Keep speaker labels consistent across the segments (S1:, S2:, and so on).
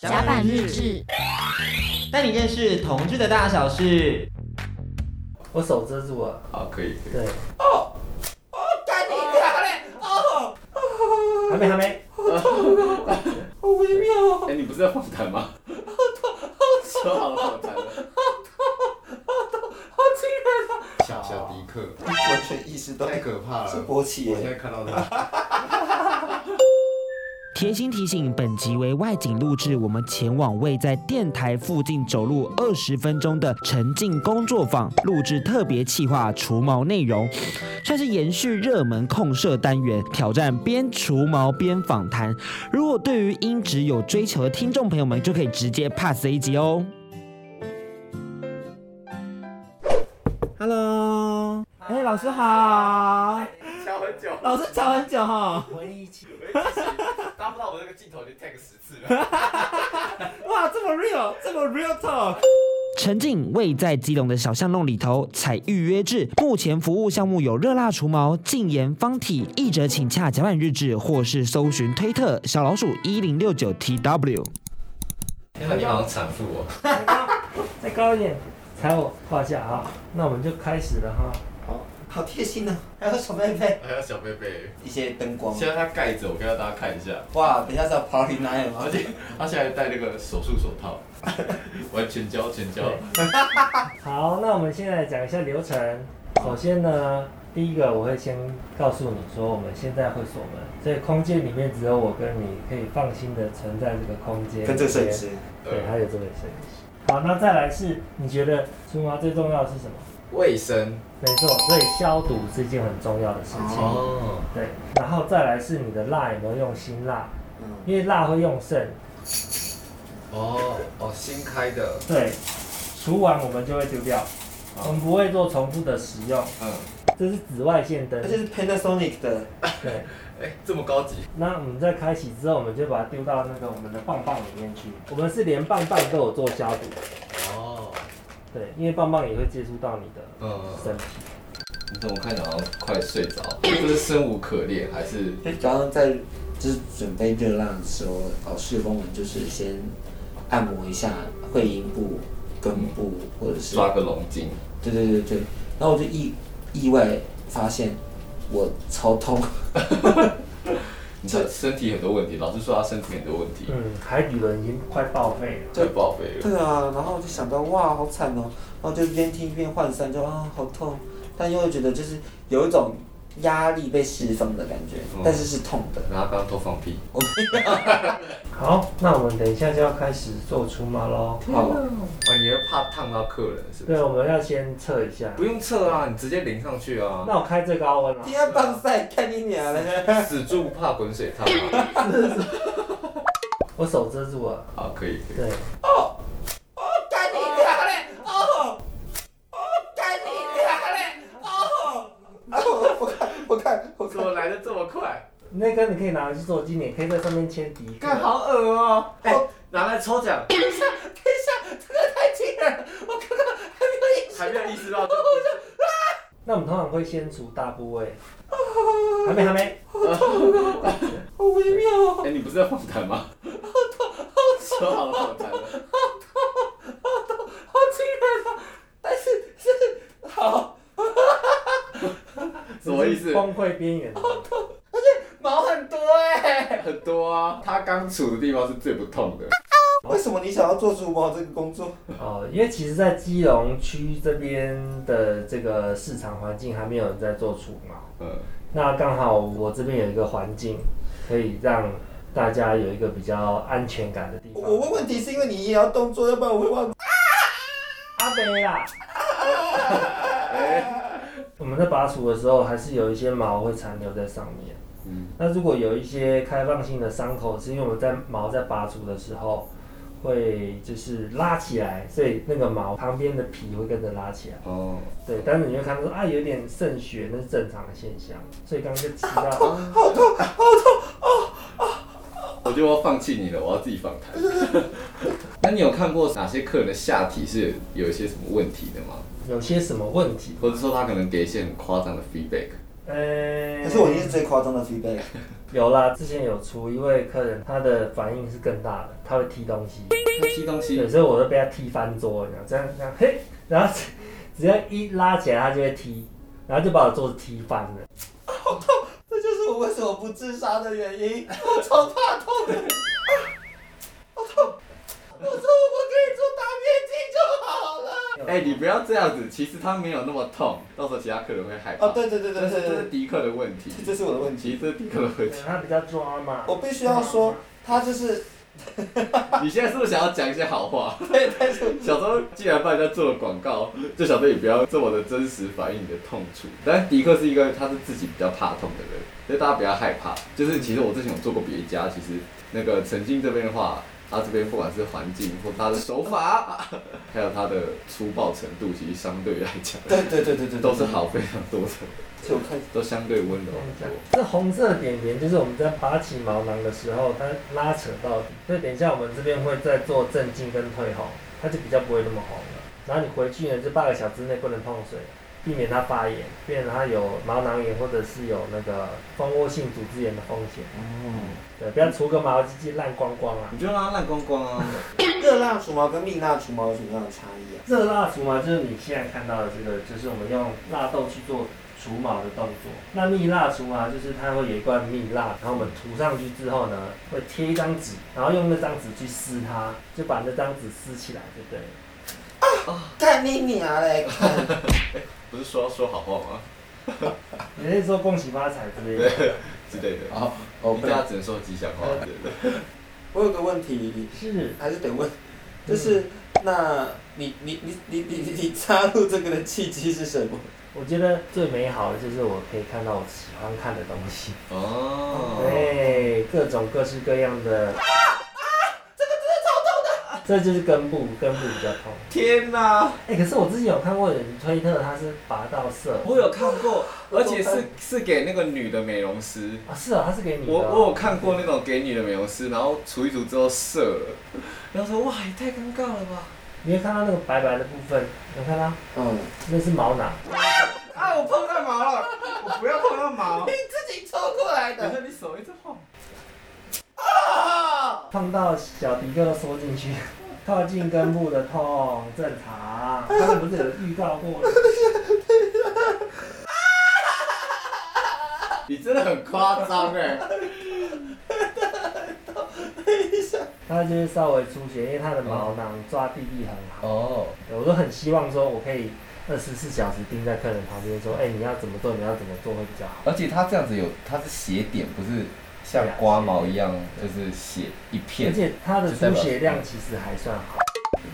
S1: 甲板日志，
S2: 带你认识同志的大小事。
S3: 我手遮住了，
S4: 好，啊可以。
S3: 对，
S2: 干你娘嘞！哦，
S3: 还没还没，
S2: 好微妙哦。
S4: 哎、你不是在访谈 吗？说好了访谈了。
S5: 小小迪克，完全意识到太可怕了，是
S6: 勃起耶
S5: 我现在看到他，
S7: 甜心提醒：本集为外景录制，我们前往位在电台附近走路二十分钟的沉浸工作坊，录制特别企划除毛内容，算是延续热门控社单元，挑战边除毛边访谈。如果对于音质有追求的听众朋友们，就可以直接 pass 这一集哦。
S2: Hello，哎、老师好。
S4: 敲很久，
S2: 老师吵很久哈。
S3: 回忆起，
S4: 大家不知道我这个镜头已经 tag 十次了。
S2: 哇，这么 real，这么 real talk。
S7: 沉浸位在基隆的小巷弄里头，采预约制。目前服务项目有热辣除毛、净颜方体，译者请洽甲板日志，或是搜寻推特小老鼠一零六九 TW。
S4: 天哪，你好像产妇哦。
S3: 再高一点，才我胯下啊，那我们就开始了哈。
S6: 好好贴心呢、还有小妹妹，
S4: 还有小贝贝，
S6: 一些灯光，
S4: 现在它盖着，我跟大家看一下。
S6: 哇，等一下是要跑你哪里
S4: 而
S6: 吗？
S4: 且他现在戴那个手术手 套，完全胶全胶。
S3: 好，那我们现在讲一下流程。首先呢，第一个我会先告诉你说，我们现在会锁门，所以空间里面只有我跟你可以放心的存在这个空间。
S6: 跟这个摄影师，
S3: 对，还有这位摄影师。好，那再来是，你觉得除毛最重要的是什么？
S4: 卫生
S3: 没错，所以消毒是一件很重要的事情。
S4: 哦，
S3: 对，然后再来是你的蜡有没有用辛蜡，
S6: 嗯，
S3: 因为蜡会用肾。
S4: 哦哦，新开的，
S3: 对，除完我们就会丢掉，我们不会做重复的使用。
S4: 嗯，
S3: 这是紫外线灯
S6: 而。且是 Panasonic 的，
S3: 对，
S4: 哎、这么高级，
S3: 那我们在开启之后，我们就把它丢到那个我们的棒棒里面去。我们是连棒棒都有做消毒，
S4: 哦，
S3: 对，因为棒棒也会接触到你的
S4: 嗯，
S3: 身体。
S4: 你怎么看起来好像快睡着？这是生无可恋还是？
S6: 就早上在就是准备热浪的时候，老师帮我们就是先按摩一下会阴部、根部，或者是
S4: 抓个龙筋，
S6: 对对对对，然后我就意意外发现我超痛，
S4: 你这身体很多问题，老师说他身体很多问题，
S3: 嗯，海底轮已经快报废了。
S4: 快报废了。
S6: 对啊，然后我就想到哇，好惨哦，然后就边听边换算，就啊好痛，但又会觉得就是有一种压力被释放的感觉，
S4: 嗯
S6: 但是是痛的。
S4: 然后他刚刚偷放屁，
S3: 好，那我们等一下就要开始做除毛喽。
S6: 好，
S4: 啊，你会怕烫到客人是不
S3: 对，
S4: 是？
S3: 我们要先测一下。
S4: 不用测啊，你直接淋上去啊。
S3: 那我开最高温了。
S6: 天啊，棒晒，看你娘嘞！
S4: 死猪不怕滚水烫啊。
S3: 我手遮住了。
S4: 好，啊可以可以。
S3: 对，
S2: 干你娘嘞！哦，干你娘嘞！哦，
S6: 啊，我我看我看我
S4: 怎么来的这么快？
S3: 那根你可以拿回去做纪念，可以在上面签底。
S4: 看，好恶哦、哎、拿来抽奖，
S2: 太惊人了！我刚刚还没有意识
S4: 还没有意识到这。
S3: 那我们通常会先除大 部位。还没还没，
S2: 好微妙哦。
S4: 哎、你不是在访谈吗？说好了访谈了。
S2: 好惊人啊！但是是好，
S4: 什么意思？
S3: 崩溃边缘。
S2: 毛很多哎、
S4: 很多啊，他刚处的地方是最不痛的。
S6: 为什么你想要做主播这个工作？
S3: 哦，因为其实，在基隆区这边的这个市场环境还没有人在做除毛，
S4: 嗯，
S3: 那刚好我这边有一个环境，可以让大家有一个比较安全感的地
S6: 我
S3: 方。
S6: 问问题是因为你也要动作，要不然我会忘。
S3: 阿北 啦，
S4: 哎、
S3: 我们在拔除的时候，还是有一些毛会残留在上面。
S4: 嗯
S3: 那如果有一些开放性的伤口，是因为我们在毛在拔除的时候，会就是拉起来，所以那个毛旁边的皮会跟着拉起来。
S4: 哦，
S3: 对，但是你会看到说啊，有点渗血，那是正常的现象。所以刚刚就提到， 嗯
S4: 我就要放弃你了，我要自己访谈。 那你有看过哪些客人的下体是有一些什么问题的吗？
S3: 有些什么问题？
S4: 或者说他可能给一些很夸张的 feedback？
S3: 呃，
S6: 可是我一定是最夸张的 feedback，
S3: 有啦，之前有出一位客人，他的反应是更大的，他会踢东西，
S4: 他踢东西
S3: 有，时候我都被他踢翻桌，然后这样这样嘿，然后只要一拉起来，他就会踢，然后就把我桌子踢翻了。
S2: 这就是我为什么不自杀的原因，我超怕痛的。啊我痛，我说我可以做打面筋就好了。
S4: 哎、你不要这样子，其实他没有那么痛，到时候其他客人会害怕。
S2: 哦，对对对对对
S4: 这是这
S2: 对
S4: 是迪克的问题，
S2: 这是我的问题。
S4: 其实这是迪克的问题。
S3: 他比较抓嘛，
S2: 我必须要说，他就是，
S4: 你现在是不是想要讲一些好 话？
S2: 对，但是
S4: 小时候既然帮人家做了广告，就想说你不要这么的真实反映你的痛处。但迪克是一个他是自己比较怕痛的人，所以大家不要害怕。就是其实我之前有做过别家，其实那个曾经这边的话，他这边不管是环境或他的手法， 还有他的粗暴程度，其实相对来讲
S2: 对对对对对，
S4: 都是。好非常多的，
S2: 就我看，
S4: 都相对温柔很多。
S3: 这红色的点点就是我们在拔起毛囊的时候，它拉扯到底。所以等一下我们这边会再做镇静跟退红，它就比较不会那么红了。然后你回去呢，这半个小时内不能碰水，避免它发炎，避免它有毛囊炎或者是有那个蜂窝性组织炎的风险。对，不要除个毛鸡鸡烂光光啊！
S4: 你就让它烂光光啊！
S2: 热辣除毛跟蜜蜡除毛有什么样的差异啊？
S3: 热蜡除毛就是你现在看到的这个，就是我们用蜡豆去做除毛的动作。那蜜蜡除毛就是它会有一罐蜜蜡，然后我们涂上去之后呢，会贴一张纸，然后用那张纸去撕它，就把那张纸撕起来就对了。
S2: 干你娘嘞！
S4: 不是说要说好话吗？
S3: 你是说恭喜发财之类的？
S4: 之类的。
S6: 哦哦，
S4: 你
S6: 不
S4: 对他
S6: 然
S4: 只能呃说吉祥话，对不对？
S2: 我有个问题，
S3: 是，
S2: 还是得问，就是那你你你你你你你插入这个的契机是什么？
S3: 我觉得最美好的就是我可以看到我喜欢看的东西，哎
S4: 哦，
S3: 对，各种各式各样的。这就是根部，根部比较痛。
S4: 天哪！
S3: 哎、可是我之前有看过有人推特，他是拔到色，
S4: 我有看过，而且是是给那个女的美容师。
S3: 啊，是啊，他是给你的
S4: 我
S3: 哦、
S4: 我有看过那种给女的美容师，然后除一除之后射了，然后说哇也太尴尬了吧！
S3: 你会看到那个白白的部分，有看到？
S6: 嗯，
S3: 那是毛囊。
S4: 啊，我碰到毛了，我不要碰到毛。
S2: 自己抽过来
S4: 等一下你手一直晃，
S2: 啊！
S3: 碰到小迪克缩进去，靠近根部的痛正常。他们不是有预告过？
S4: 你真的很夸张哎！
S3: 他就会稍微出血，因为他的毛囊抓地力很好。
S4: 哦，
S3: 我都很希望说，我可以二十四小时盯在客人旁边，说，哎、你要怎么做，你要怎么做会比较好。
S4: 而且它这样子有，它是斜点，不是像刮毛一样，就是斜一
S3: 而
S4: 片。
S3: 且他的出血量其实还算好。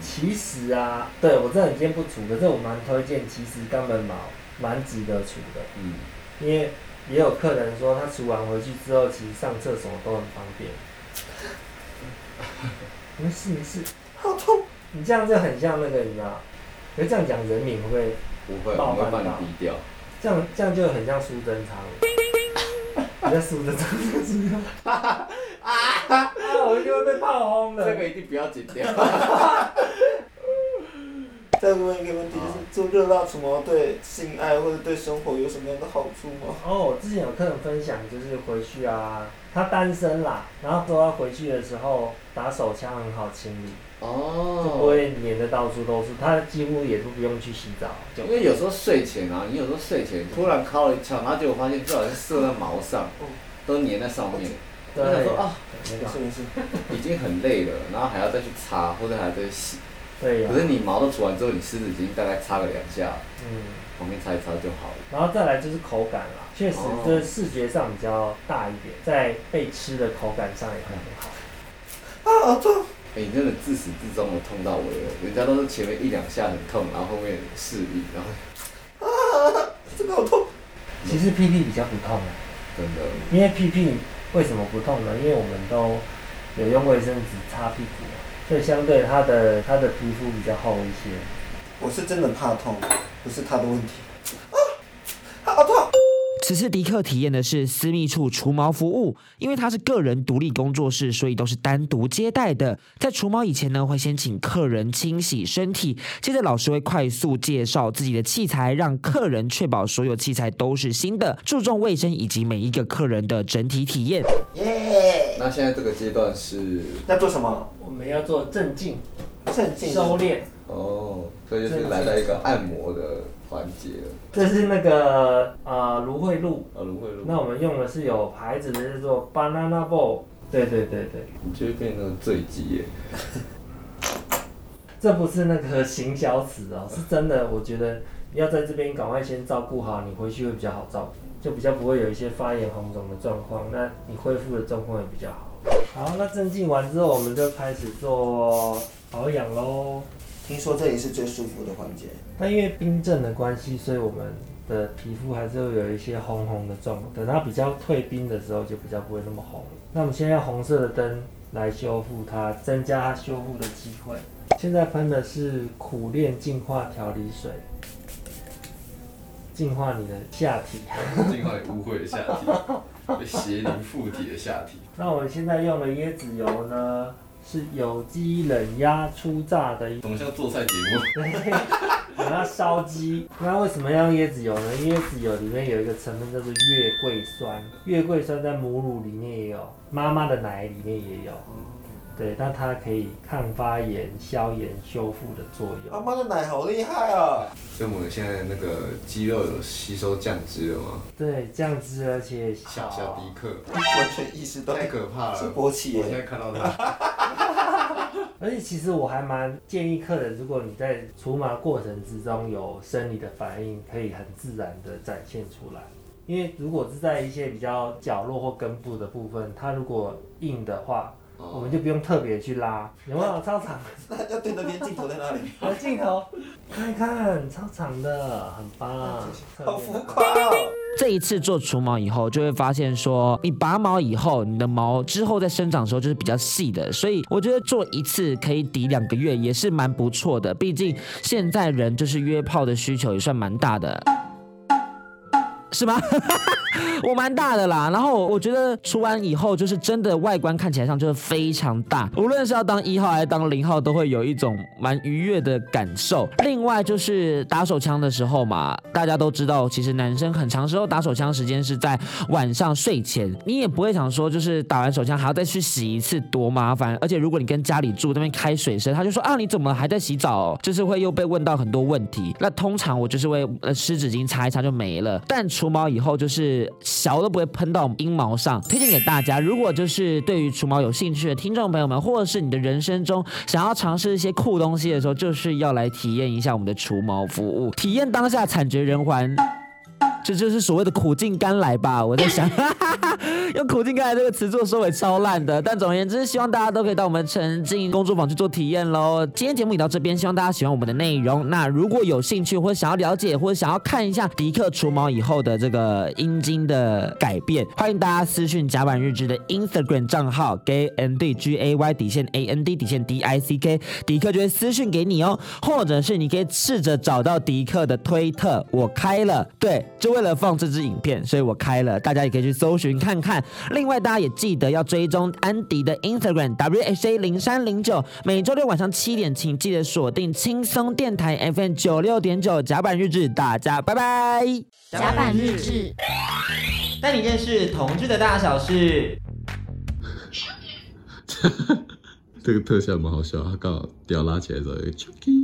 S3: 其实啊，对我这很坚不除，可是我蛮推荐，其实肛门毛蛮值得除的。
S4: 嗯，
S3: 因为也有客人说他除完回去之后，其实上厕所都很方便。 没事没事，
S2: 好痛！
S3: 你这样就很像那个，你知道？可是这样讲人名会不会，
S4: 不会，我们会帮你低调。
S3: 这样这样就很像苏贞昌。 你在苏贞昌知 道？啊！我一定会被炮轰的。
S4: 这个一定不要剪掉。
S2: 再问一个问题，
S5: 啊
S2: 就是做热辣除毛对性爱或者对生活有什么样的好处吗？
S3: 哦，我之前有客人分享，就是回去啊，他单身啦，然后说他回去的时候打手枪很好清理，就不
S4: 哦，
S3: 会粘的到处都是，他几乎也都不用去洗澡。就
S4: 因为有时候睡前啊，你有时候睡前突然敲了一敲，然后结果发现不小心射在毛上，都粘在上面。我想
S3: 哦对
S4: 说，啊，
S3: 没
S2: 没
S3: 错
S2: 事没事，
S4: 已经很累了，然后还要再去擦，或者还要再洗。
S3: 对啊呀、
S4: 可是你毛都除完之后，你湿纸巾大概擦个两下，
S3: 嗯，
S4: 旁边擦一擦就好了。
S3: 然后再来就是口感啦，确实就是视觉上比较大一点，在被吃的口感上也很好。
S2: 啊好痛！
S4: 哎、你真的自始至终的痛到我了，人家都是前面一两下很痛，然后后面适应，然后
S2: 这个好痛！
S3: 嗯其实屁屁比较不痛啊，
S4: 真的
S3: 因为屁屁为什么不痛呢？因为我们都有用卫生纸擦屁股嘛，所以相对它的它的皮肤比较厚一些。
S2: 我是真的怕痛，不是他的问题。啊，好痛！
S7: 此次迪克体验的是私密处除毛服务，因为它是个人独立工作室，所以都是单独接待的。在除毛以前呢，会先请客人清洗身体，接着老师会快速介绍自己的器材，让客人确保所有器材都是新的，注重卫生以及每一个客人的整体体验。
S6: 耶！
S4: 那现在这个阶段是
S6: 那做什么？
S3: 我们要做镇静、
S6: 镇静
S3: 收敛，
S4: 哦，所以就是来到一个按摩的环节了。
S3: 这是那个呃芦荟露。
S4: 啊，芦荟露，
S3: 那我们用的是有牌子的，叫做 Banana Bowl。对对对对，
S4: 你就会变成醉鸡耶。
S3: 这不是那个行销词哦，是真的。我觉得要在这边赶快先照顾好，你回去会比较好照顾，就比较不会有一些发炎红肿的状况，那你恢复的状况也比较好。好，那镇静完之后，我们就开始做保养喽。
S6: 听说这里是最舒服的环节，
S3: 那因为冰镇的关系，所以我们的皮肤还是会有一些红红的状况。等它比较退冰的时候，就比较不会那么红。那我们先用红色的灯来修复它，增加它修复的机会。现在喷的是苦练净化调理水，净化你的下体。
S4: 进化你污秽的下体，被邪灵附体的下体。
S3: 那我们现在用的椰子油呢，是有机冷压初榨的
S4: 怎么像做菜节目？
S3: 我们要烧鸡，那为什么要用椰子油呢？因为椰子油里面有一个成分叫做月桂酸，月桂酸在母乳里面也有，妈妈的奶里面也有。对，那它可以抗发炎、消炎、修复的作
S6: 妈
S3: 用。
S6: 妈的奶好厉害啊！
S4: 所以我们现在那个肌肉有吸收酱汁了吗？
S3: 对，酱汁而且
S5: 小小迪克，
S6: 完全意识到
S5: 太可怕了。
S6: 是勃起
S5: 我现在
S6: 耶，
S5: 看到他，
S3: 而且其实我还蛮建议客人，如果你在除毛过程之中有生理的反应，可以很自然的展现出来。因为如果是在一些比较角落或根部的部分，它如果硬的话，我们就不用特别去拉。有没有超长？
S6: 那要对那边镜头在哪 里？
S3: 来镜头看一看，超长的，很棒。
S6: 好浮夸哦！
S7: 这一次做除毛以后，就会发现说，你拔毛以后，你的毛之后在生长的时候就是比较细的，所以我觉得做一次可以抵两个月，也是蛮不错的。毕竟现在人就是约炮的需求也算蛮大的，是吗？ 我蛮大的啦，然后我觉得除完以后，就是真的外观看起来上就是非常大，无论是要当一号还是当零号，都会有一种蛮愉悦的感受。另外就是打手枪的时候嘛，大家都知道，其实男生很长时候打手枪时间是在晚上睡前，你也不会想说就是打完手枪还要再去洗一次，多麻烦。而且如果你跟家里住那边开水声，他就说啊你怎么还在洗澡、就是会又被问到很多问题。那通常我就是会呃湿纸巾擦一擦就没了，但除毛以后就是小都不会喷到阴毛上。推荐给大家，如果就是对于除毛有兴趣的听众朋友们，或者是你的人生中想要尝试一些酷东西的时候，就是要来体验一下我们的除毛服务，体验当下惨绝人寰。这就是所谓的苦尽甘来吧，我在想， 用苦尽甘来这个词做收尾超烂的。但总而言之，希望大家都可以到我们沉浸工作坊去做体验喽。今天节目也到这边，希望大家喜欢我们的内容。那如果有兴趣或者想要了解或者想要看一下迪克除毛以后的这个阴茎的改变，欢迎大家私讯甲板日志的 Instagram 账号 gay n d g a y 底线 a n d 底线 d i c k，迪克就会私讯给你哦。或者是你可以试着找到迪克的推特，我开了，对，就为了放这支影片，所以我开了，大家也可以去搜寻看看。另外，大家也记得要追踪安迪的 Instagram W H A 零三零九，每周六晚上七点，请记得锁定轻松电台 FM 九六点九甲板日志，大家拜拜。
S1: 甲板日志。
S7: 带你认识同志的大小事。
S4: 这个特效蛮好笑，他刚好屌拉起来的时候有个 chucky。